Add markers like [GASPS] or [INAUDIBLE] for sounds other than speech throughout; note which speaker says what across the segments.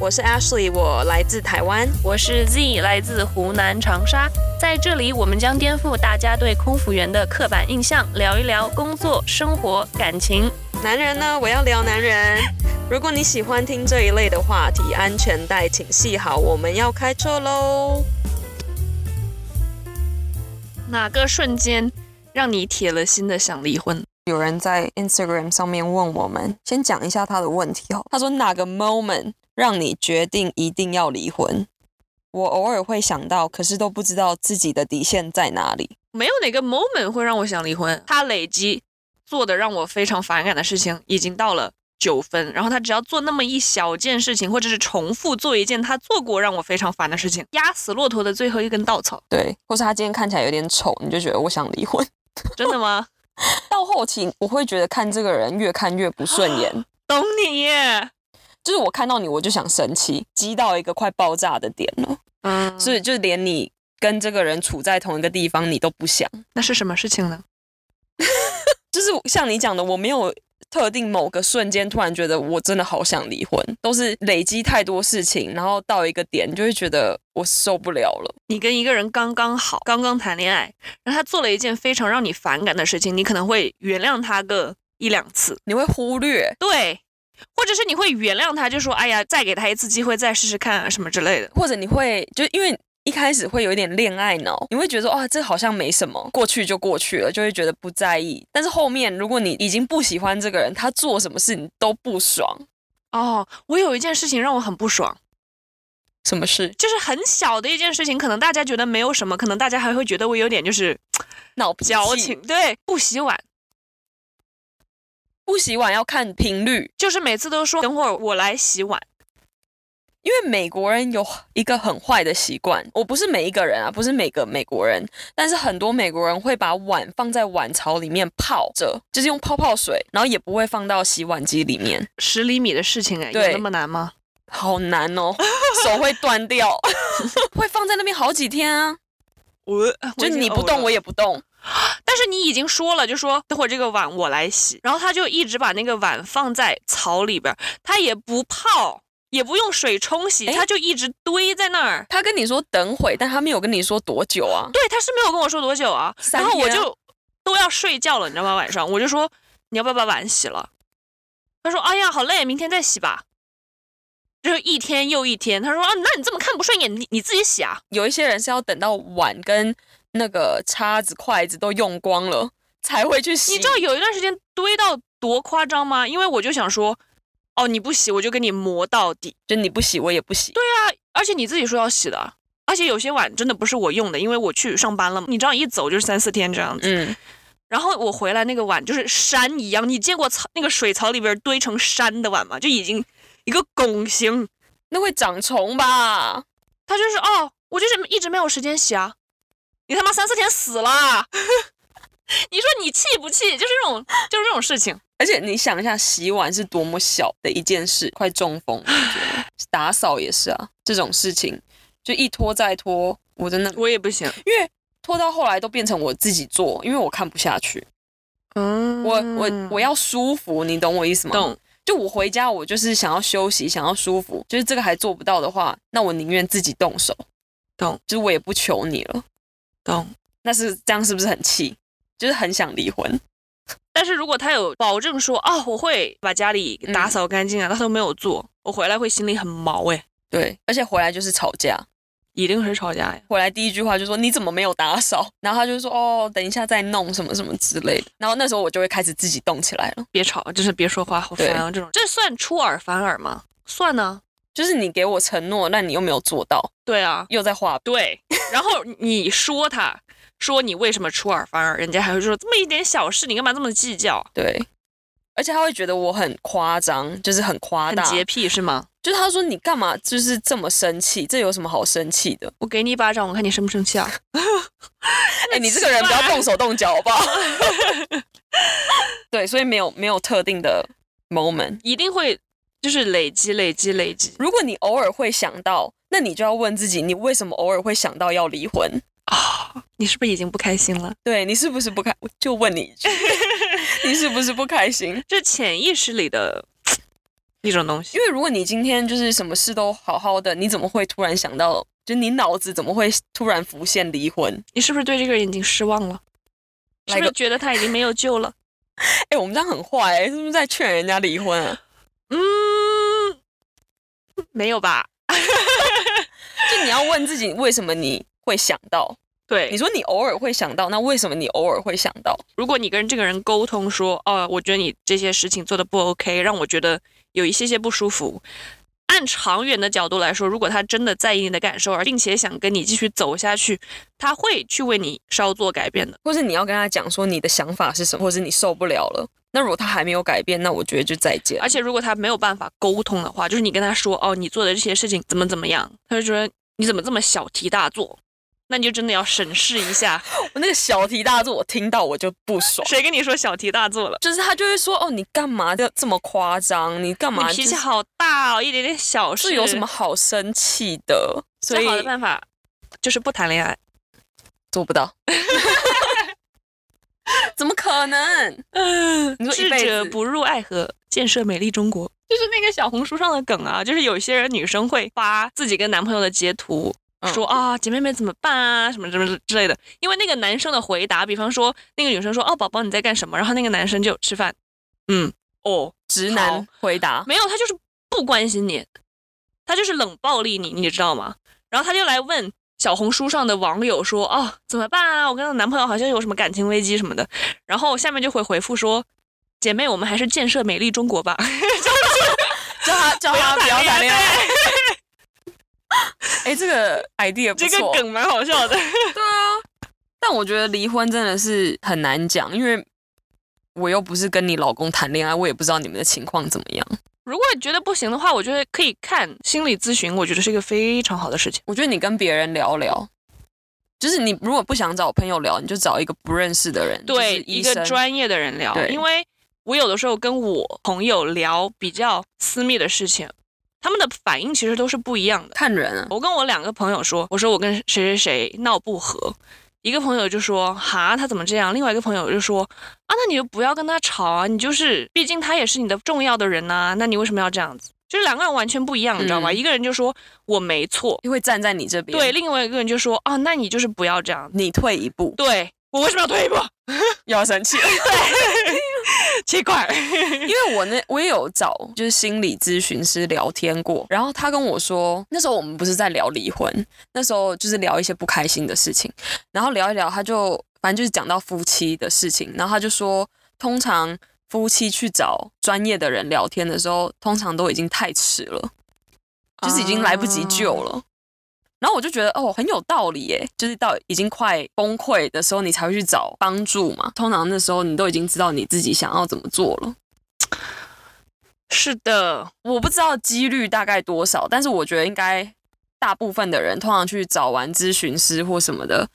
Speaker 1: 我是 Ashley，我来自台湾。
Speaker 2: 我是 Z，来自湖南长沙。在这里，我们将颠覆大家对空服员的刻板印象，聊一聊工作、生活、感情。
Speaker 1: 男人呢？我要聊男 [LAUGHS] 人。如果你喜欢听这一类的话题，安全带请系好，我们要开车喽。
Speaker 2: 哪个瞬间让你铁了心的想离婚？
Speaker 1: 有人在 Instagram 上面问我们，先讲一下他的问题哦。他说哪个 moment 让你决定一定要离婚？我偶尔会想到，可是都不知道自己的底线在哪里。
Speaker 2: 没有哪个 moment 会让我想离婚。他累积做的让我非常反感的事情已经到了九分，然后他只要做那么一小件事情，或者是重复做一件他做过让我非常烦的事情，压死骆驼的最后一根稻草。
Speaker 1: 对，或是他今天看起来有点丑，你就觉得我想离婚。 [LAUGHS]
Speaker 2: 真的吗？
Speaker 1: 到后期我会觉得看这个人越看越不顺
Speaker 2: [GASPS]
Speaker 1: 眼，
Speaker 2: 懂你耶。
Speaker 1: 就是我看到你我就想生气，激到一个快爆炸的点了。
Speaker 2: 嗯，
Speaker 1: 所以就连你跟这个人处在同一个地方，你都不想。
Speaker 2: 那是什么事情呢？
Speaker 1: 就是像你讲的，我没有特定某个瞬间突然觉得我真的好想离婚，都是累积太多事情，然后到一个点你就会觉得我受不了了。
Speaker 2: 你跟一个人刚刚好，刚刚谈恋爱，然后他做了一件非常让你反感的事情，你可能会原谅他个一两次，
Speaker 1: 你会忽略，
Speaker 2: 对，或者是你会原谅他，就说哎呀，再给他一次机会，再试试看啊什么之类的。
Speaker 1: 或者你会就因为一开始会有一点恋爱脑，你会觉得啊这好像没什么，过去就过去了，就会觉得不在意。但是后面如果你已经不喜欢这个人，他做什么事你都不爽，
Speaker 2: 哦，我有一件事情让我很不爽，
Speaker 1: 什么事？
Speaker 2: 就是很小的一件事情，可能大家觉得没有什么，可能大家还会觉得我有点就是
Speaker 1: 闹脾气
Speaker 2: 矫情，对，不洗碗，
Speaker 1: 不洗碗要看频率，
Speaker 2: 就是每次都说等会儿我来洗碗，
Speaker 1: 因为美国人有一个很坏的习惯，我不是每一个人啊，不是每个美国人，但是很多美国人会把碗放在碗槽里面泡着，就是用泡泡水，然后也不会放到洗碗机里面，
Speaker 2: 十厘米的事情哎，有
Speaker 1: 对
Speaker 2: 那么难吗？
Speaker 1: 好难
Speaker 2: [LAUGHS]
Speaker 1: 哦，手会断掉，会放在那边好几天啊，
Speaker 2: 我
Speaker 1: 呃就你不动我
Speaker 2: 也。
Speaker 1: 也不动，
Speaker 2: 但是你已经说了，就说等会儿这个碗我来洗，然后他就一直把那个碗放在槽里边儿，他也不泡，也不用水冲洗，
Speaker 1: 哎
Speaker 2: 他就一直堆在那儿。
Speaker 1: 他跟你说等会，但他没有跟你说多久啊，
Speaker 2: 对，他是没有跟我说多久啊，
Speaker 1: 三
Speaker 2: 然后我
Speaker 1: 天啊
Speaker 2: 就都要睡觉了，你知道吗？晚上我就说你要不要把碗洗了？他说哎呀好累，明天再洗吧。就是一天又一天，他说啊，那你这么看不顺眼，你你自己洗啊。
Speaker 1: 有一些人是要等到碗跟那个叉子、筷子都用光了才会去洗，
Speaker 2: 你知道有一段时间堆到多夸张吗？因为我就想说，哦，你不洗我就跟你磨到底。
Speaker 1: 就你不洗我也不洗，
Speaker 2: 啊而且你自己说要洗的，而且有些碗真的不是我用的，因为我去上班了嘛，你知道一走就是三四天这样子。
Speaker 1: 嗯。
Speaker 2: 然后我回来那个碗就是山一样，你见过槽那个水槽里边堆成山的碗吗？就已经一个拱形。
Speaker 1: 那会长虫吧？
Speaker 2: 他就是哦，我就是一直没有时间洗啊，你他妈三四天死了， [LAUGHS] 你说你气不气？就是这种就是这种事情。
Speaker 1: 而且你想一下，洗碗是多么小的一件事，快中风了。我觉 [SIGHS] 得打扫也是啊，这种事情就一拖再拖，我真的
Speaker 2: 我也不行，
Speaker 1: 因为拖到后来都变成我自己做，因为我看不下去，
Speaker 2: 嗯
Speaker 1: 我我我要舒服，你懂我意思吗？
Speaker 2: 懂。
Speaker 1: 就我回家，我就是想要休息，想要舒服，就是这个还做不到的话，那我宁愿自己动手。
Speaker 2: 懂，
Speaker 1: 就是我也不求你了。
Speaker 2: 懂。
Speaker 1: 那是这样，是不是很气？就是很想离婚。
Speaker 2: 但是如果他有保证说啊、我会把家里打扫干净啊，他都没有做，我回来会心里很毛哎，
Speaker 1: 对，而且回来就是吵架。
Speaker 2: 一定是吵架呀。
Speaker 1: 回来第一句话就说你怎么没有打扫？然后他就说哦，等一下再弄什么什么之类的。然后那时候我就会开始自己动起来了，
Speaker 2: 别吵，就是别说话，好烦啊！这种这算出尔反尔吗？算呢。
Speaker 1: 就是你给我承诺，那你又没有做到，
Speaker 2: 对啊，
Speaker 1: 又在画。
Speaker 2: 对。然后你说他，说你为什么出尔反尔，人家还会说这么一点小事，你干嘛这么计较？
Speaker 1: 对，而且他会觉得我很夸张，就是很夸
Speaker 2: 很
Speaker 1: 大，
Speaker 2: 洁癖是吗？
Speaker 1: 就是他说你干嘛就是这么生气？这有什么好生气的？
Speaker 2: 我给你一巴掌，我 [LAUGHS] 看你生不生气啊？
Speaker 1: 哎
Speaker 2: [LAUGHS]
Speaker 1: 哎、你这个人不要动手动脚，好不好？ [LAUGHS] 对，所以没有没有特定的 moment。
Speaker 2: 一定会就是累积、累积、累积
Speaker 1: 如果你偶尔会想到，那你就要问自己，你为什么偶尔会想到要离婚？
Speaker 2: 啊、你是不是已经不开心了？
Speaker 1: 对你是不是不开？我就问你一句，你是不是不开心？
Speaker 2: 这潜意识里的一种东西
Speaker 1: 因。为如果你今天就是什么事都好好的，你怎么会突然想到？就你脑子怎么会突然浮现离婚？
Speaker 2: 你是不是对这个人已经失望了？是
Speaker 1: 来个
Speaker 2: 不是觉得他已经没有救了？
Speaker 1: 哎、我们这样很坏、欸，是不是在劝人家离婚啊？
Speaker 2: 嗯，没有吧？
Speaker 1: 就你要问自己，为什么你会想到？
Speaker 2: 对，
Speaker 1: 你说你偶尔会想到，那为什么你偶尔会想到？
Speaker 2: 如果你跟这个人沟通说，哦，我觉得你这些事情做的不 OK，让我觉得有一些些不舒服。按长远的角度来说，如果他真的在意你的感受，而并且想跟你继续走下去，他会去为你稍作改变的。
Speaker 1: 或是你要跟他讲说你的想法是什么，或是你受不了了。那如果他还没有改变，那我觉得就再见。哎
Speaker 2: 而且，如果他没有办法沟通的话，就是你跟他说，哦，你做的这些事情怎么怎么样，他就觉得你怎么这么小题大做，那你就真的要审视一下，
Speaker 1: 我那个小题大做，我听到我就不爽。
Speaker 2: 谁跟你说小题大做了？
Speaker 1: 就是他就会说哦，你干嘛要这么夸张？你
Speaker 2: [LAUGHS]
Speaker 1: 干
Speaker 2: 你
Speaker 1: 嘛、
Speaker 2: 脾
Speaker 1: 就
Speaker 2: 气
Speaker 1: 是？
Speaker 2: 好大哦，一点点小事
Speaker 1: 这有什么好生气的？所
Speaker 2: 最
Speaker 1: 以
Speaker 2: 好的办法就是不谈恋爱。
Speaker 1: 做不
Speaker 2: [LAUGHS]
Speaker 1: 到。怎么可能？
Speaker 2: 嗯，
Speaker 1: 你说一
Speaker 2: 智
Speaker 1: 辈
Speaker 2: 者
Speaker 1: 子
Speaker 2: 不入爱河，建设美丽中国，就是那个小红书上的梗啊，就是有些人女生会发自己跟男朋友的截图。
Speaker 1: 嗯
Speaker 2: 说啊，姐妹们怎么办啊？什么什么之类的，因为那个男生的回答，比方说那个女生说哦，宝宝你在干什么？然后那个男生就吃饭，嗯，哦，
Speaker 1: 直
Speaker 2: 好
Speaker 1: 男回答，
Speaker 2: 没有，他就是不关心你，他就是冷暴力你，你知道吗？然后他就来问小红书上的网友说：“哦，怎么办啊？我跟我男朋友好像有什么感情危机什么的。”然后下面就会回复说：“姐妹，我们还是建设美丽中国吧。
Speaker 1: 叫他叫
Speaker 2: [LAUGHS]
Speaker 1: 他
Speaker 2: 不
Speaker 1: 不
Speaker 2: 要
Speaker 1: 要
Speaker 2: 谈
Speaker 1: 谈恋
Speaker 2: 恋爱
Speaker 1: 爱。哎、这个 idea ”不
Speaker 2: 这
Speaker 1: 错，
Speaker 2: 个梗蛮好笑的。 [LAUGHS]
Speaker 1: 对啊，但我觉得离婚真的是很难讲，因为我又不是跟你老公谈恋爱，我也不知道你们的情况怎么样。
Speaker 2: 如果觉得不行的话，我觉得可以看心理咨询，我觉得是一个非常好的事情。
Speaker 1: 我觉得你跟别人聊聊，就是你如果不想找朋友聊，你就找一个不认识的人，
Speaker 2: 对
Speaker 1: 就是
Speaker 2: 一
Speaker 1: 医
Speaker 2: 个
Speaker 1: 生
Speaker 2: 专业的人聊，
Speaker 1: 对
Speaker 2: 因为我有的时候跟我朋友聊比较私密的事情，他们的反应其实都是不一样的。
Speaker 1: 看人啊。
Speaker 2: 我跟我两个朋友说，我说我跟谁谁谁闹不和，一个朋友就说哈他怎么这样，另外一个朋友就说啊那你就不要跟他吵啊，你就是毕竟他也是你的重要的人呐、那你为什么要这样子？就是两个人完全不一样，你知道吗？
Speaker 1: 嗯
Speaker 2: 一个人就说我没错，
Speaker 1: 会站在你这边，
Speaker 2: 对，，另外一个人就说啊那你就是不要这样，
Speaker 1: 你退一步
Speaker 2: 对我为什么要退一步？ [LAUGHS]
Speaker 1: 又要生气了。
Speaker 2: 奇怪，
Speaker 1: 因为我那我也有找就是心理咨询师聊天过，然后他跟我说，那时候我们不是在聊离婚，那时候就是聊一些不开心的事情，然后聊一聊，他就反正就是讲到夫妻的事情，然后他就说，通常夫妻去找专业的人聊天的时候，通常都已经太迟了，就是已经来不及救了。然后我就觉得哦，很有道理耶，就是到已经快崩溃的时候，你才会去找帮助嘛。通常那时候你都已经知道你自己想要怎么做了。
Speaker 2: 是的，
Speaker 1: 我不知道几率大概多少，但是我觉得应该大部分的人通常去找完咨询师或什么的，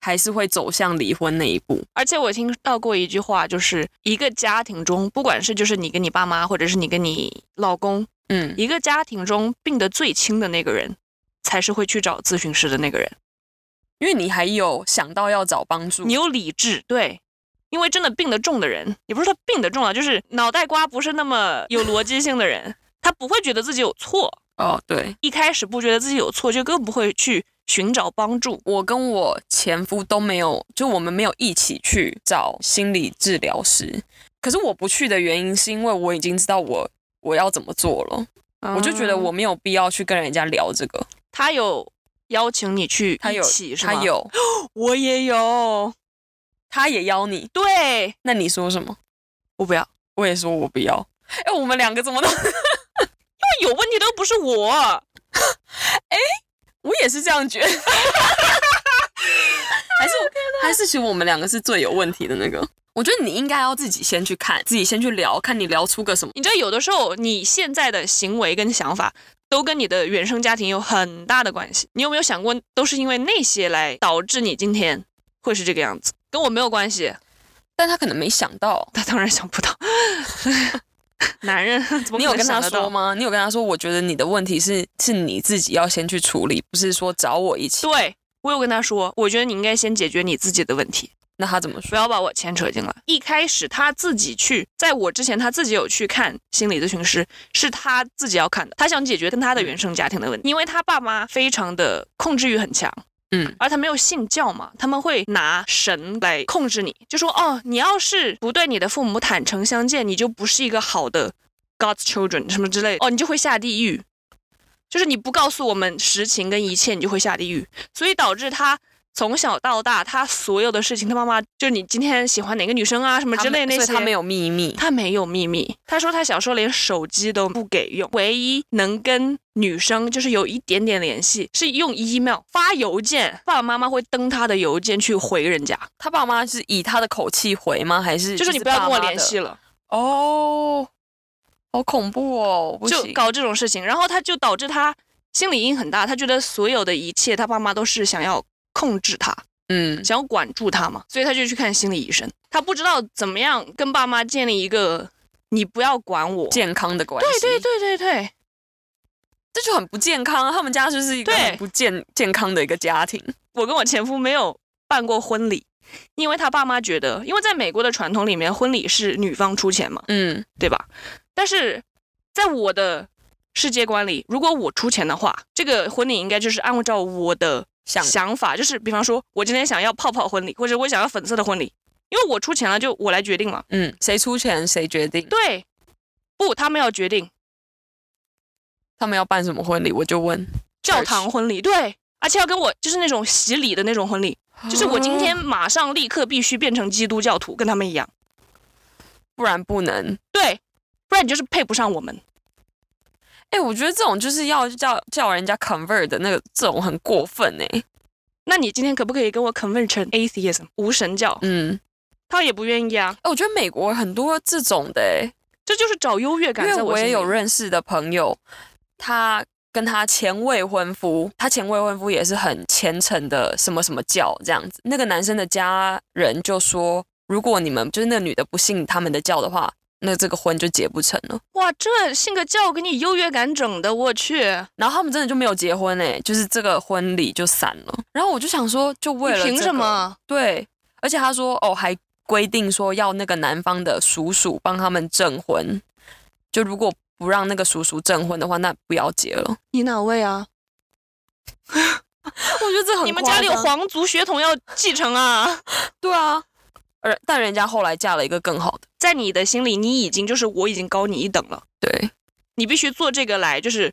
Speaker 1: 还是会走向离婚那一步。
Speaker 2: 而且我听到过一句话，就是一个家庭中，不管是就是你跟你爸妈，或者是你跟你老公，
Speaker 1: 嗯，
Speaker 2: 一个家庭中病得最轻的那个人，才是会去找咨询师的那个人。
Speaker 1: 因为你还有想到要找帮助
Speaker 2: 你，有理智，对，因为真的病得重的人，也不是他病得重啊，就是脑袋瓜不是那么有逻辑性的人，他不会觉得自己有错，
Speaker 1: 哦，对
Speaker 2: 一开始不觉得自己有错，就更不会去寻找帮助。
Speaker 1: 我跟我前夫都没有，就我们没有一起去找心理治疗师。可是我不去的原因是因为我已经知道我我要怎么做了，我就觉
Speaker 2: 嗯
Speaker 1: 得我没有必要去跟人家聊这个。
Speaker 2: 他有邀请你去
Speaker 1: 他
Speaker 2: 一
Speaker 1: 有
Speaker 2: 起，是
Speaker 1: 他
Speaker 2: 吗，
Speaker 1: 有，
Speaker 2: [GASPS] 我也有，
Speaker 1: 他也邀你，
Speaker 2: 对
Speaker 1: 那你说什么？
Speaker 2: 我不要。
Speaker 1: 我也说我不要。哎、我们两个怎么都，
Speaker 2: 有问题都不是我，
Speaker 1: 我也是这样觉得。还是还是，其实我们两个是最有问题的那个。我觉得你应该要自己先去看，自己先去聊，看你聊出个什么。
Speaker 2: 你知道，有的时候你现在的行为跟想法都跟你的原生家庭有很大的关系。你有没有想过，都是因为那些来导致你今天会是这个样子，跟我没有关系。
Speaker 1: 但他可能没想到。
Speaker 2: 他当然想不到， [LAUGHS] 男人 [LAUGHS] 怎
Speaker 1: 你
Speaker 2: 么可
Speaker 1: 有
Speaker 2: 能
Speaker 1: 跟他
Speaker 2: 想得到
Speaker 1: 说？吗？你有跟他说，我觉得你的问题是是你自己要先去处理，不是说找我一起。
Speaker 2: 对我有跟他说，我觉得你应该先解决你自己的问题，
Speaker 1: 那他怎么说
Speaker 2: 不？要把我牵扯进来。一开始他自己去，在我之前他自己有去看心理咨询师，是他自己要看的，他想解决跟他的原生家庭的问题，因为他爸妈非常的控制欲很强。
Speaker 1: 嗯，
Speaker 2: 而他没有信教嘛，他们会拿神来控制你，就说哦，你要是不对你的父母坦诚相见，你就不是一个好的 God's children 什么之类的，哦，你就会下地狱。就是你不告诉我们实情跟一切，你就会下地狱，所以导致他从小到大，他所有的事情，他妈妈就是你今天喜欢哪个女生啊什么之类那
Speaker 1: 他没
Speaker 2: 些，
Speaker 1: 所以他没有秘密。
Speaker 2: 他没有秘密。他说他小时候连手机都不给用，唯一能跟女生就是有一点点联系是用 email 发邮件，爸爸妈妈会登他的邮件去回人家，
Speaker 1: 他爸妈是以他的口气回吗？还是
Speaker 2: 就是你不要跟我联系
Speaker 1: 了？
Speaker 2: 了，
Speaker 1: 哦，好恐怖哦！不
Speaker 2: 就
Speaker 1: 行
Speaker 2: 搞这种事情。然后他就导致他心理阴影很大，他觉得所有的一切他爸妈都是想要控制他。
Speaker 1: 嗯，
Speaker 2: 想要管住他嘛，所以他就去看心理医生。他不知道怎么样跟爸妈建立一个你不要管我。
Speaker 1: 健康的关系，
Speaker 2: 对对，对对对，
Speaker 1: 这就很不健康啊。他们家就是一个
Speaker 2: 对
Speaker 1: 很不健健康的一个家庭。
Speaker 2: 我跟我前夫没有办过婚礼，因为他爸妈觉得，因为在美国的传统里面，婚礼是女方出钱嘛，
Speaker 1: 嗯，
Speaker 2: 对吧？但是在我的世界观里，如果我出钱的话，这个婚礼应该就是按照我的
Speaker 1: 想
Speaker 2: 想法，就是比方说，我今天想要泡泡婚礼，或者我想要粉色的婚礼，因为我出钱了，就我来决定嘛。
Speaker 1: 嗯，谁出钱谁决定。
Speaker 2: 对，不，他们要决定
Speaker 1: 他们要办什么婚礼，我就问。
Speaker 2: 教堂婚礼，对，而且要跟我就是那种洗礼的那种婚礼，就是我今
Speaker 1: 哦
Speaker 2: 天马上立刻必须变成基督教徒，跟他们一样，
Speaker 1: 不然不能。
Speaker 2: 对，不然你就是配不上我们。
Speaker 1: 哎、我觉得这种就是要叫叫人家 convert 的那个，这种很过分哎、
Speaker 2: 那你今天可不可以跟我 convert 成 atheism 无神教？
Speaker 1: 嗯，
Speaker 2: 他也不愿意啊，
Speaker 1: 哎、我觉得美国很多这种的哎、
Speaker 2: 这就是找优越感
Speaker 1: 因为
Speaker 2: 在
Speaker 1: 我
Speaker 2: 心
Speaker 1: 也
Speaker 2: 里
Speaker 1: 有认识的朋友，他跟他前未婚夫，他前未婚夫也是很虔诚的什么什么教这样子。那个男生的家人就说，如果你们就是那个女的不信他们的教的话，那这个婚就结不成了。
Speaker 2: 哇，这信个教给你优越感整的，我去，
Speaker 1: 然后他们真的就没有结婚哎、就是这个婚礼就散了。然后我就想说，就为了、
Speaker 2: 你凭什？么？
Speaker 1: 对，而且他说哦，还规定说要那个男方的叔叔帮他们证婚，就如果不让那个叔叔证婚的话，那不要结了。
Speaker 2: 你哪位啊？
Speaker 1: [LAUGHS] 我觉得这很
Speaker 2: 你们家里有
Speaker 1: 黄
Speaker 2: 皇族血统要继承啊？ [LAUGHS]
Speaker 1: 对啊，而但人家后来嫁了一个更好的，
Speaker 2: 在你的心里，你已经就是我已经高你一等了，
Speaker 1: 对，
Speaker 2: 你必须做这个来就是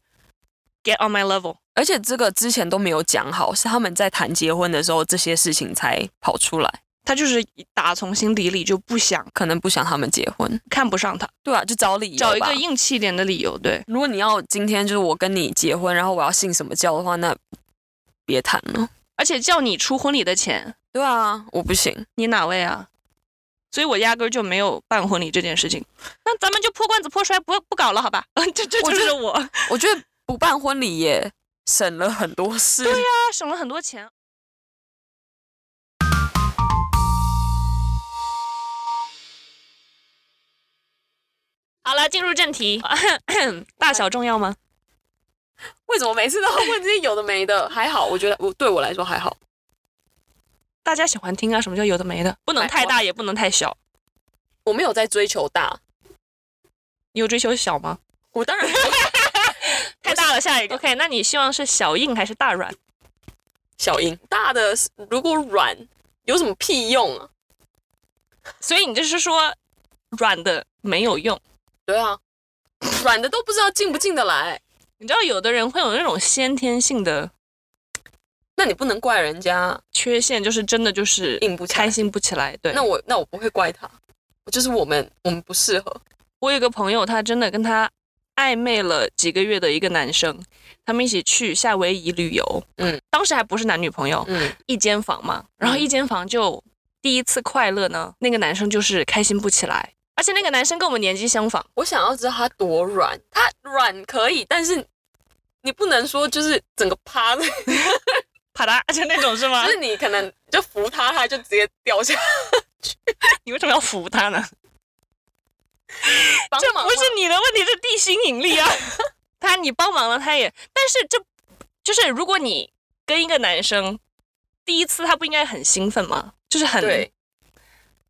Speaker 2: get on my level。
Speaker 1: 而且这个之前都没有讲好，是他们在谈结婚的时候这些事情才跑出来，
Speaker 2: 他就是打从心底里就不想
Speaker 1: 可能不想他们结婚，
Speaker 2: 看不上他，
Speaker 1: 对啊，就找理由
Speaker 2: 找一
Speaker 1: 吧
Speaker 2: 个硬气一点的理由。对，
Speaker 1: 如果你要今天就是我跟你结婚，然后我要信什么教的话，那别谈了。
Speaker 2: 而且叫你出婚礼的钱，
Speaker 1: 对啊，我不行。
Speaker 2: 你哪位啊？所以我压根儿就没有办婚礼这件事情。那咱们就破罐子破摔，不不搞了，好吧？ [LAUGHS] 这这
Speaker 1: 我
Speaker 2: 就
Speaker 1: 觉
Speaker 2: 是
Speaker 1: 得
Speaker 2: 我，啊，
Speaker 1: 我觉得不办婚礼也省了很多事。对呀、啊
Speaker 2: 省了很多钱。好了，进入正题，大小重要吗？
Speaker 1: 为什么每次都要问这些有的没的？还好，我觉得我对我来说还好。
Speaker 2: 大家喜欢听啊，什么叫有的没的？不能
Speaker 1: 哎
Speaker 2: 太
Speaker 1: 我
Speaker 2: 大，也不能太小。
Speaker 1: 我没有在追求大，
Speaker 2: 你有追求小吗？
Speaker 1: 我当然
Speaker 2: 太大了，下一个。OK，那你希望是小硬还是大软？
Speaker 1: 小英大的是，如果软有什么屁用啊？
Speaker 2: 所以你就是说软的没有用。
Speaker 1: 对啊，软的都不知道进不进得来，
Speaker 2: 你知道有的人会有那种先天性的
Speaker 1: 那你不能怪人家。
Speaker 2: 缺陷，就是真的就是
Speaker 1: 硬不起来
Speaker 2: 开心不起来。对，
Speaker 1: 那我那我不会怪他，就是我们我们不适合。
Speaker 2: 我有个朋友，他真的跟他暧昧了几个月的一个男生，他们一起去夏威夷旅游。
Speaker 1: 嗯，
Speaker 2: 当时还不是男女朋友，
Speaker 1: 嗯，
Speaker 2: 一间房嘛，然后一间房就第一次快乐呢，那个男生就是开心不起来，而且那个男生跟我们年纪相仿，
Speaker 1: 我想要知道他多软，他软可以，但是你不能说就是整个趴
Speaker 2: [LAUGHS]
Speaker 1: 在
Speaker 2: 啪嗒就那种是吗
Speaker 1: 就是你可能就扶他，他就直接掉下。
Speaker 2: 你为什么要服他呢？
Speaker 1: 帮
Speaker 2: 这
Speaker 1: 忙
Speaker 2: 不
Speaker 1: 吗
Speaker 2: 是你的问题，这是地心
Speaker 1: [LAUGHS]
Speaker 2: 引力啊！他你帮忙了，他也，但是这就是如果你跟一个男生第一次，他不应该很兴奋吗？就是很，
Speaker 1: 对，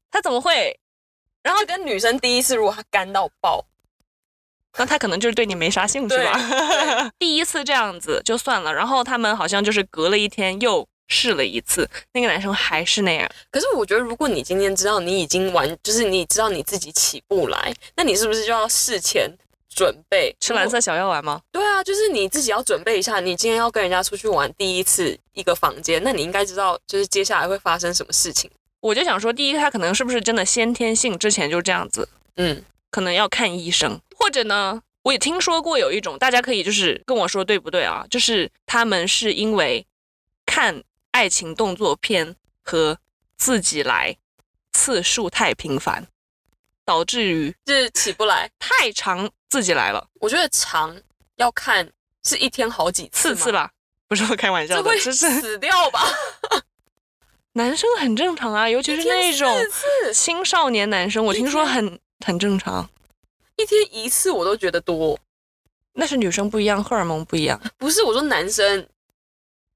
Speaker 2: 他怎么会？然后
Speaker 1: 就跟女生第一次如果她干到爆，
Speaker 2: 那他可能就是对你没啥兴趣
Speaker 1: 对
Speaker 2: 吧。 [LAUGHS] 第一次这样子就算了，然后他们好像就是隔了一天又试了一次，那个男生还是那样。
Speaker 1: 可是我觉得如果你今天知道你已经完，就是你知道你自己起不来，那你是不是就要事前准备
Speaker 2: 吃蓝？色小药丸吗？
Speaker 1: 对啊，就是你自己要准备一下，你今天要跟人家出去玩，第一次一个房间，那你应该知道就是接下来会发生什么事情。
Speaker 2: 我就想说，第一，他可能是不是真的先天性之前就这样子，
Speaker 1: 嗯，
Speaker 2: 可能要看医生，或者呢，我也听说过有一种，大家可以就是跟我说对不对啊？就是他们是因为看爱情动作片和自己来次数太频繁，导致于
Speaker 1: 就是起不来。
Speaker 2: 太长自己来了
Speaker 1: 我觉得长要看是一天好几次吗
Speaker 2: 四次，吧，不是我开玩笑
Speaker 1: 这
Speaker 2: 的
Speaker 1: 会，
Speaker 2: 只是
Speaker 1: 死掉吧？ [LAUGHS]
Speaker 2: 男生很正常啊，尤其是那种
Speaker 1: 一天四次，
Speaker 2: 青少年男生，我
Speaker 1: 一
Speaker 2: 听说
Speaker 1: 天
Speaker 2: 很很正常。
Speaker 1: 一天一次我都觉得多。
Speaker 2: 那是女生不一样，荷尔蒙不一样。
Speaker 1: 不是我说男生，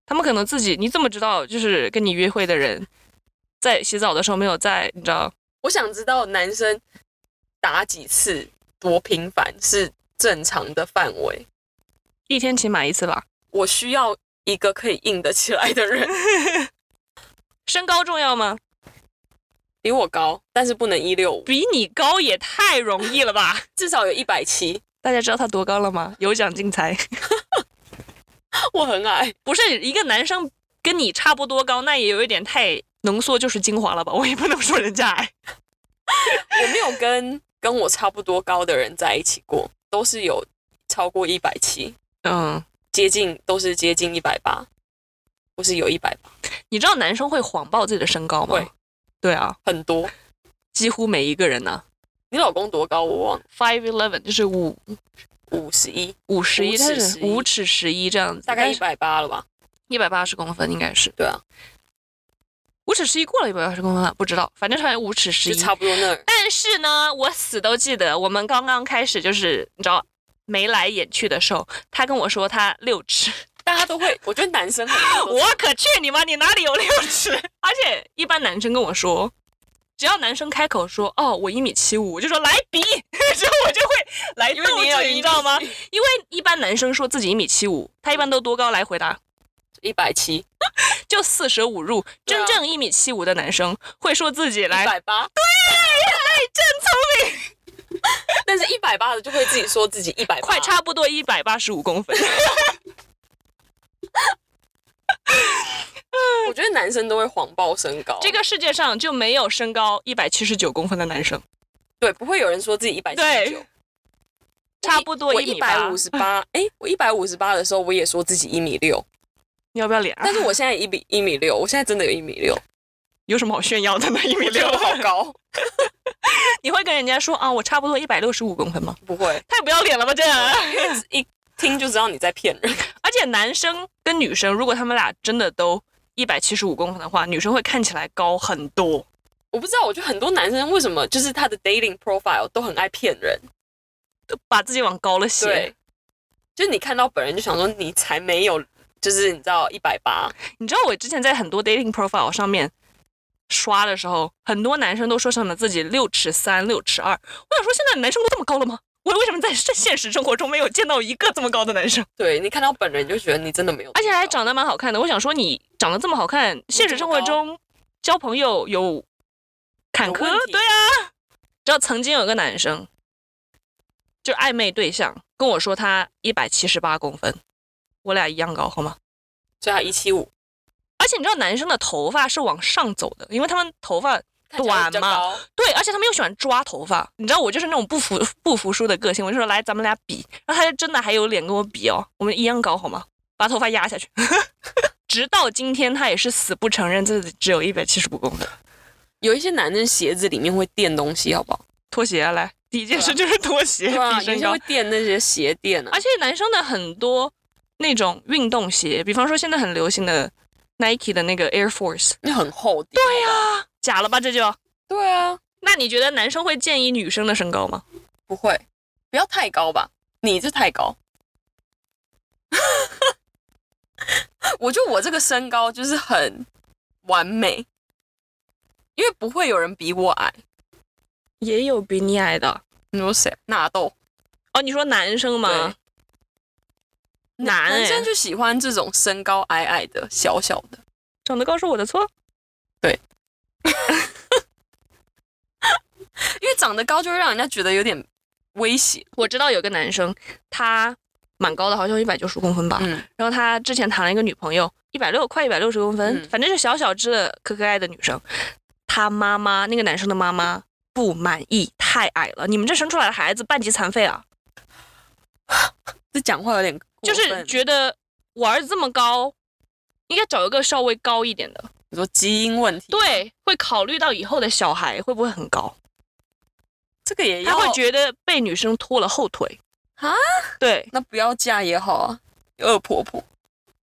Speaker 2: 他们可能自己，你怎么知道？就是跟你约会的人，在洗澡的时候没有在，你知道？
Speaker 1: 我想知道男生打几次多频繁是正常的范围。
Speaker 2: 一天起码一次吧。
Speaker 1: 我需要一个可以硬得起来的
Speaker 2: [LAUGHS]
Speaker 1: 人，
Speaker 2: 身高重要吗？
Speaker 1: 比我高，但是不能一六五，
Speaker 2: 比你高也太容易了吧？
Speaker 1: 至少有一百七。
Speaker 2: 大家知道他多高了吗？有奖竞猜，
Speaker 1: 我很
Speaker 2: [LAUGHS]
Speaker 1: 矮，
Speaker 2: 不是一个男生跟你差不多高，那也有一点太浓缩就是精华了吧？我也不能说人家哎矮。
Speaker 1: 我没有跟跟我差不多高的人在一起过，都是有超过一百七，
Speaker 2: 嗯，
Speaker 1: 接近都是接近一百八，不是有一百八，
Speaker 2: 你知道男生会谎报自己的身高吗
Speaker 1: 会？
Speaker 2: 对啊，
Speaker 1: 很多。
Speaker 2: 几乎每一个人呢、
Speaker 1: 你老公多高？我忘了，
Speaker 2: five eleven 就是五
Speaker 1: 五十一，
Speaker 2: 五十一，
Speaker 1: 五尺
Speaker 2: 他是
Speaker 1: 11
Speaker 2: 五尺十一这样子，
Speaker 1: 大概一百八了吧？
Speaker 2: 一百八十公分应该是。
Speaker 1: 对啊，
Speaker 2: 五尺十一过了一百八十公分了，不知道，反正好像五尺十
Speaker 1: 就
Speaker 2: 一。
Speaker 1: 差不多那儿。
Speaker 2: 但是呢，我死都记得，我们刚刚开始就是你知道眉来眼去的时候，他跟我说他六尺， [LAUGHS]
Speaker 1: 大家都会，我觉得男生很多都
Speaker 2: 我可去你妈，你哪里有六尺？ [LAUGHS] 而且一般男生跟我说。只要男生开口说“哦，我一米七五”，我就说来比， [LAUGHS] 之后我就会来
Speaker 1: 因为
Speaker 2: 斗
Speaker 1: 你也有
Speaker 2: 嘴，你知道吗？
Speaker 1: 1.7？
Speaker 2: 因为一般男生说自己一米七五，他一般都多高来回答？
Speaker 1: 一百七，一
Speaker 2: 就四舍五入，
Speaker 1: 对
Speaker 2: 真
Speaker 1: 啊
Speaker 2: 正一米七五的男生会说自己来哎
Speaker 1: 百八。对， [LAUGHS] 真聪明。但是，一百八的就会自己说自己一百八，
Speaker 2: 快差不多一百八十五公分。
Speaker 1: 哦我觉得男生都会谎报身高，
Speaker 2: [LAUGHS] 这个世界上就没有身高一百七十九公分的男生，
Speaker 1: 对，不会有人说自己一百七十
Speaker 2: 对
Speaker 1: 九。
Speaker 2: 差不多
Speaker 1: 我
Speaker 2: 米
Speaker 1: 一
Speaker 2: 八
Speaker 1: 百五。十八，哎，我一百五十八的时候，我也说自己一米六，
Speaker 2: 你要不要脸啊
Speaker 1: 但？是我现在一米一米六，我现在真的有一米六，
Speaker 2: 有什么好炫耀的呢？一米
Speaker 1: 我觉
Speaker 2: [LAUGHS] 六
Speaker 1: [LAUGHS] 得我，好高，
Speaker 2: 你会跟人家说啊，我差不多一百六十五公分吗？
Speaker 1: 不
Speaker 2: [LAUGHS]
Speaker 1: 会，
Speaker 2: 太不要脸了吧，这样！
Speaker 1: 一听就知道你在骗人。
Speaker 2: 而且男生跟女生，如果他们俩真的都一百七十五公分的话，女生会看起来高很多。
Speaker 1: 我不知道，我觉得很多男生为什么就是他的 dating profile 都很爱骗人，
Speaker 2: 都把自己往高了
Speaker 1: 对
Speaker 2: 写，，
Speaker 1: 就是你看到本人就想说你才没有，就是你知道一百八，
Speaker 2: 你知道我之前在很多 dating profile 上面刷的时候，很多男生都说什么自己六尺三、六尺二。我想说，现在男生都这么高了吗？我为什么在现 [LAUGHS] 现实生活中没有见到一个这么高的男生？
Speaker 1: 对你看到本人就觉得你真的没有，
Speaker 2: 而且还长得蛮好看的。我想说，你长得这么好看，现实生活中交朋友有坎坷，
Speaker 1: 有问题
Speaker 2: 对啊。知道曾经有个男生，就暧昧对象跟我说他一百七十八公分，我俩一样高，好吗？
Speaker 1: 所以他一七五，
Speaker 2: 而且你知道男生的头发是往上走的，因为他们头发
Speaker 1: 看起来
Speaker 2: 短
Speaker 1: 比较
Speaker 2: 嘛，
Speaker 1: 高，
Speaker 2: 对，而且他们又喜欢抓头发。你知道我就是那种不服 [LAUGHS] 不服输的个性，我就说来咱们俩比，然后他就真的还有脸跟我比哦，我们一样高好吗？把头发压下去， [LAUGHS] 直到今天他也是死不承认自己只有一百七十五公分。
Speaker 1: 有一些男生鞋子里面会垫东西，好不
Speaker 2: [LAUGHS]
Speaker 1: 好？
Speaker 2: 拖鞋、啊、来，第一件事就是拖鞋
Speaker 1: 对啊，
Speaker 2: 比
Speaker 1: [LAUGHS] 有
Speaker 2: 身
Speaker 1: 些
Speaker 2: 高
Speaker 1: 会，垫那些鞋垫啊
Speaker 2: 而，且男生的很多那种运动鞋，比方说现在很流行的 Nike 的那个 Air Force，
Speaker 1: 那很厚底。对呀、
Speaker 2: 假了吧这就。
Speaker 1: 对啊，
Speaker 2: 那你觉得男生会介意女生的身高吗？
Speaker 1: 不会，不要太高吧，你这太高。 [LAUGHS] 我觉得我这个身高就是很完美，因为不会有人比我矮。
Speaker 2: 也有比你矮的
Speaker 1: 你说谁？纳豆
Speaker 2: 哦。你说男生吗？难
Speaker 1: 嗯男生
Speaker 2: 哎，
Speaker 1: 就喜欢这种身高矮矮的、小小的。
Speaker 2: 长得高是我的错。
Speaker 1: 因为长得高就会让人家觉得有点威胁。
Speaker 2: 我知道有个男生，他蛮高的，好像一百九十公分吧。
Speaker 1: 嗯，
Speaker 2: 然后他之前谈了一个女朋友，一百六，快一百六十公分，
Speaker 1: 嗯
Speaker 2: 反正是小小只的、可可爱的女生。他妈妈，那个男生的妈妈不满意，太矮了，你们这生出来的孩子半级残废啊！
Speaker 1: 这讲话有点
Speaker 2: 就
Speaker 1: 过分
Speaker 2: 是觉得我儿子这么高，应该找一个稍微高一点的，
Speaker 1: 你说基因问题，，
Speaker 2: 对，会考虑到以后的小孩会不会很高，
Speaker 1: 这个也要
Speaker 2: 他会觉得被女生拖了后腿
Speaker 1: 啊。
Speaker 2: 对，
Speaker 1: 那不要嫁也好啊，恶婆婆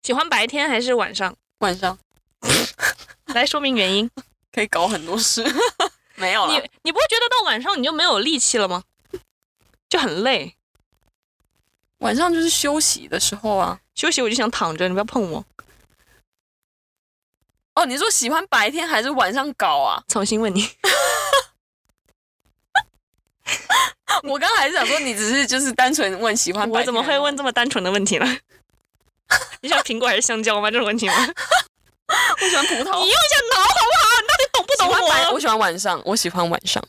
Speaker 2: 喜欢白天还是晚上？
Speaker 1: [LAUGHS] 晚上
Speaker 2: 来说明原因。
Speaker 1: 可以搞很多事， [LAUGHS] 没有了
Speaker 2: 你。你不会觉得到晚上你就没有力气了吗？就很累。
Speaker 1: 晚上就是休息的时候啊。
Speaker 2: 休息我就想躺着，你不要碰我。
Speaker 1: 哦，你说喜欢白天还是晚上搞啊？ [LAUGHS]
Speaker 2: 重新问你，
Speaker 1: 我刚才想说你只是就是单纯问喜欢白天啊
Speaker 2: 我
Speaker 1: 哦
Speaker 2: 怎么会问这么单纯的问
Speaker 1: [LAUGHS]
Speaker 2: 题呢？你想苹果还是香蕉吗？这种问题吗？你又
Speaker 1: 哦我喜欢葡萄？
Speaker 2: 想挠好不好？你到底懂不
Speaker 1: 喜
Speaker 2: 懂
Speaker 1: 欢白，
Speaker 2: 我？
Speaker 1: 我喜欢晚上，我喜欢晚上，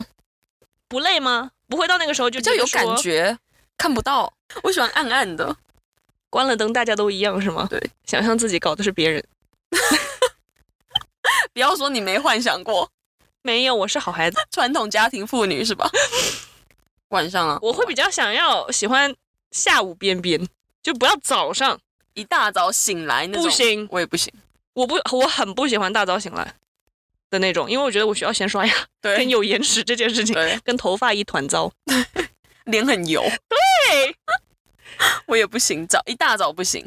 Speaker 2: 不累吗？不会到那个时候就
Speaker 1: 比较有
Speaker 2: 觉得
Speaker 1: 感
Speaker 2: 说，
Speaker 1: 觉，看不到。我喜欢暗暗的， [LAUGHS]
Speaker 2: 关了灯大家都一样是吗？
Speaker 1: 对，
Speaker 2: 想象自己搞的是别人。
Speaker 1: 不要说你没幻想过，
Speaker 2: 没有，我是好孩子，
Speaker 1: 传统家庭妇女是 [LAUGHS] 吧？晚上啊，
Speaker 2: 我会比较想要喜欢下午边边，就不要早上。
Speaker 1: 一大早醒来那种，
Speaker 2: 不行
Speaker 1: 我也不行。
Speaker 2: 我不，我很不喜欢大早醒来的那种，因为我觉得我需要先刷牙，
Speaker 1: 对
Speaker 2: 跟有眼屎这件事情，
Speaker 1: 对，
Speaker 2: 跟头发一团糟。
Speaker 1: 脸很油。
Speaker 2: 对，
Speaker 1: 我也不行，早一大早不行，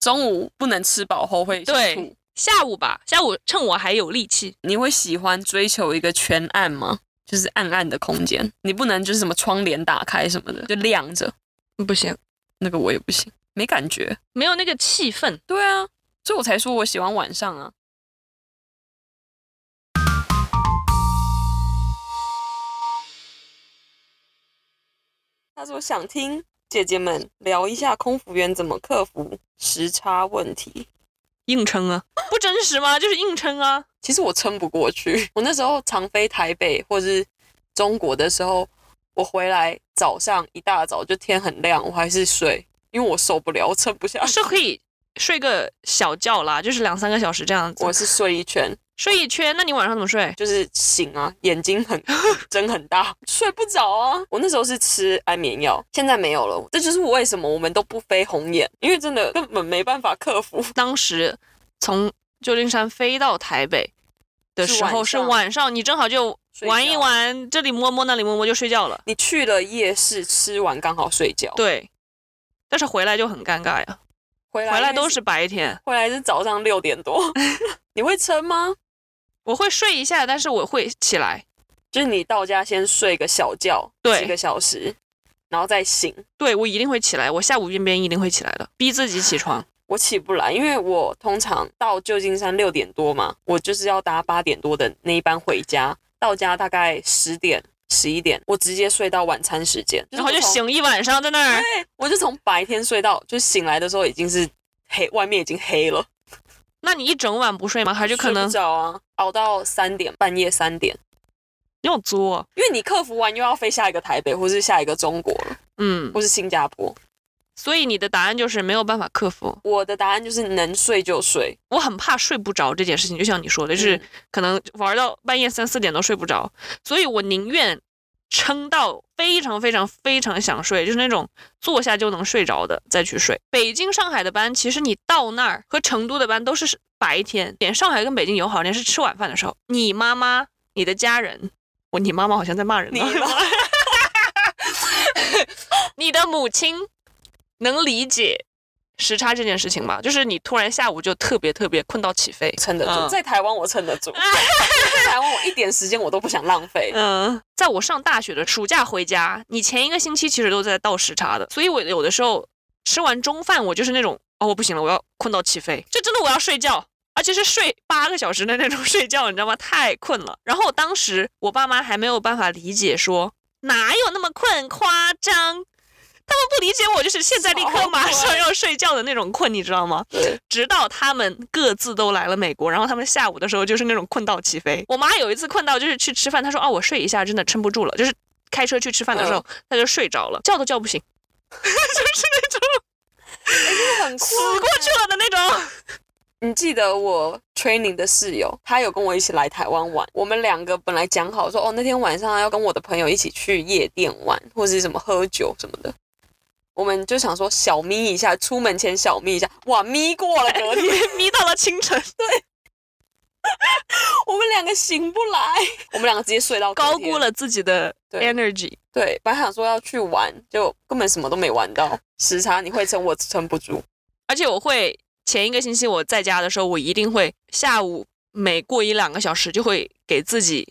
Speaker 1: 中午不能吃饱后会想
Speaker 2: 对
Speaker 1: 吐。
Speaker 2: 下午吧，下午趁我还有力气，
Speaker 1: 你会喜欢追求一个全暗吗？就是暗暗的空间，你不能就是什么窗帘打开什么的，就亮着，
Speaker 2: 嗯不行，
Speaker 1: 那个我也不行，没感觉。
Speaker 2: 没有那个气氛。
Speaker 1: 对啊，所以我才说我喜欢晚上啊。他说想听姐姐们聊一下空服员怎么克服时差问题。
Speaker 2: 硬撑啊，不真实吗？就是硬撑啊。
Speaker 1: 其实我撑不过去，我那时候常飞台北或是中国的时候，我回来早上一大早就天很亮，我还是睡，因为我受不了，我撑不下去
Speaker 2: 是，可以睡个小觉啦，就是两三个小时这样子
Speaker 1: 我。是睡一圈。
Speaker 2: 睡一圈，那你晚上怎么睡？
Speaker 1: 就是醒啊，眼睛很睁很大，睡不着啊。我那时候是吃安眠药，现在没有了。这就是为什么我们都不飞红眼，因为真的根本没办法克服。
Speaker 2: 当时从旧金山飞到台北的时候
Speaker 1: 是
Speaker 2: 是
Speaker 1: 晚上
Speaker 2: 晚上，你正好就
Speaker 1: 睡觉
Speaker 2: 玩一玩，这里摸摸那里摸摸就睡觉了。
Speaker 1: 你去了夜市吃完刚好睡觉，
Speaker 2: 对，但是回来就很尴尬呀，
Speaker 1: 回来
Speaker 2: 回来
Speaker 1: 因为
Speaker 2: 都是白天。
Speaker 1: 回来是早上六点
Speaker 2: [LAUGHS]
Speaker 1: 多。你会撑吗？
Speaker 2: 我会睡一下，但是我会起来。
Speaker 1: 就是你到家先睡个小觉，
Speaker 2: 对
Speaker 1: 几个小时，然后再醒。
Speaker 2: 对我一定会起来，我下午便便一定会起来的，逼自己起床。
Speaker 1: 我起不来，因为我通常到旧金山六点多嘛，我就是要搭八点多的那一班回家，到家大概十点、十一点，我直接睡到晚餐时间，
Speaker 2: 然后就
Speaker 1: 我从，
Speaker 2: 醒一晚上在那儿，
Speaker 1: 我就从白天睡到，就醒来的时候已经是黑，外面已经黑了，
Speaker 2: 那你一整晚不睡吗？还是可
Speaker 1: [LAUGHS] 睡
Speaker 2: 能
Speaker 1: 不着啊，熬到三点，半夜三点，
Speaker 2: 你有作？
Speaker 1: 因为你克服完又要飞下一个台北，或是下一个中国了，
Speaker 2: 嗯，
Speaker 1: 或是新加坡。
Speaker 2: 所以你的答案就是没有办法克服。
Speaker 1: 我的答案就是能睡就睡，
Speaker 2: 我很怕睡不着这件事情，就像你说的，就是
Speaker 1: 嗯
Speaker 2: 可能玩到半夜三四点都睡不着，所以我宁愿撑到非常非常非常想睡，就是那种坐下就能睡着的再去睡。北京、上海的班，其实你到那儿和成都的班都是白天，点上海跟北京友好点是吃晚饭的时候，你妈妈、你的家人，我你妈妈好像在骂人
Speaker 1: 你
Speaker 2: [LAUGHS] 呢，
Speaker 1: 呢？
Speaker 2: 你的母亲能理解时差这件事情吧，就是你突然下午就特别特别困到起飞，
Speaker 1: 撑得住，
Speaker 2: 嗯
Speaker 1: 在台湾我撑得
Speaker 2: [LAUGHS]
Speaker 1: 住，在台湾我一点时间我都不想浪费。
Speaker 2: 嗯，在我上大学的暑假回家，你前一个星期其实都在倒时差的，所以我有的时候吃完中饭，我就是那种哦，我不行了，我要困到起飞，就真的我要睡觉，而且是睡八个小时的那种睡觉，你知道吗？太困了。然后当时我爸妈还没有办法理解说，哪有那么困，夸张。他们不理解我，就是现在立刻
Speaker 1: 超
Speaker 2: 马上
Speaker 1: 困
Speaker 2: 要睡觉的那种困，你知道吗？
Speaker 1: 对，
Speaker 2: 直到他们各自都来了美国，然后他们下午的时候就是那种困到起飞。我妈有一次困到就是去吃饭，她说：“哦，我睡一下，真的撑不住了。”就是开车去吃饭的时
Speaker 1: 嗯
Speaker 2: 候，她就睡着了，叫都叫不醒， [LAUGHS] 就是那种
Speaker 1: 很酷。
Speaker 2: 死过去了的那种。 [LAUGHS]
Speaker 1: 你记得我 training 的室友，他有跟我一起来台湾玩。我们两个本来讲好说，哦，那天晚上要跟我的朋友一起去夜店玩，或是什么喝酒什么的。我们就想说小眯一下，出门前小眯一下，哇，眯过了隔天，
Speaker 2: [LAUGHS] 迷到了清晨，
Speaker 1: 我们两个醒不来，我们两个直接睡到隔
Speaker 2: 高
Speaker 1: 天
Speaker 2: 估。了自己的
Speaker 1: 对
Speaker 2: energy。
Speaker 1: 对，本来想说要去玩，就根本什么都没玩到。时差你会撑，我撑不住。
Speaker 2: 而且我会前一个星期我在家的时候，我一定会下午每过一两个小时就会给自己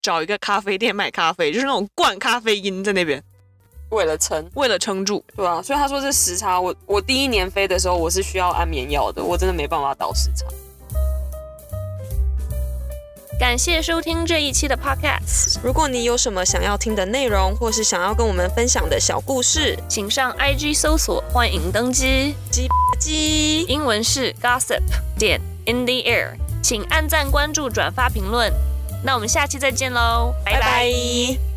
Speaker 2: 找一个咖啡店买咖啡，就是那种灌咖啡因在那边，
Speaker 1: 为了撑，
Speaker 2: 为了撑住。
Speaker 1: 对啊，所以他说这时差，我我第一年飞的时候我是需要安眠药的，我真的没办法倒时差。
Speaker 2: 感谢收听这一期的 Podcast，
Speaker 1: 如果你有什么想要听的内容，或是想要跟我们分享的小故事，
Speaker 2: 请上 IG 搜索“欢迎登机
Speaker 1: 鸡鸡”，
Speaker 2: 英文是 Gossip 点 In the Air，请按赞、关注、转发、评论。那我们下期再见喽，拜拜
Speaker 1: 拜拜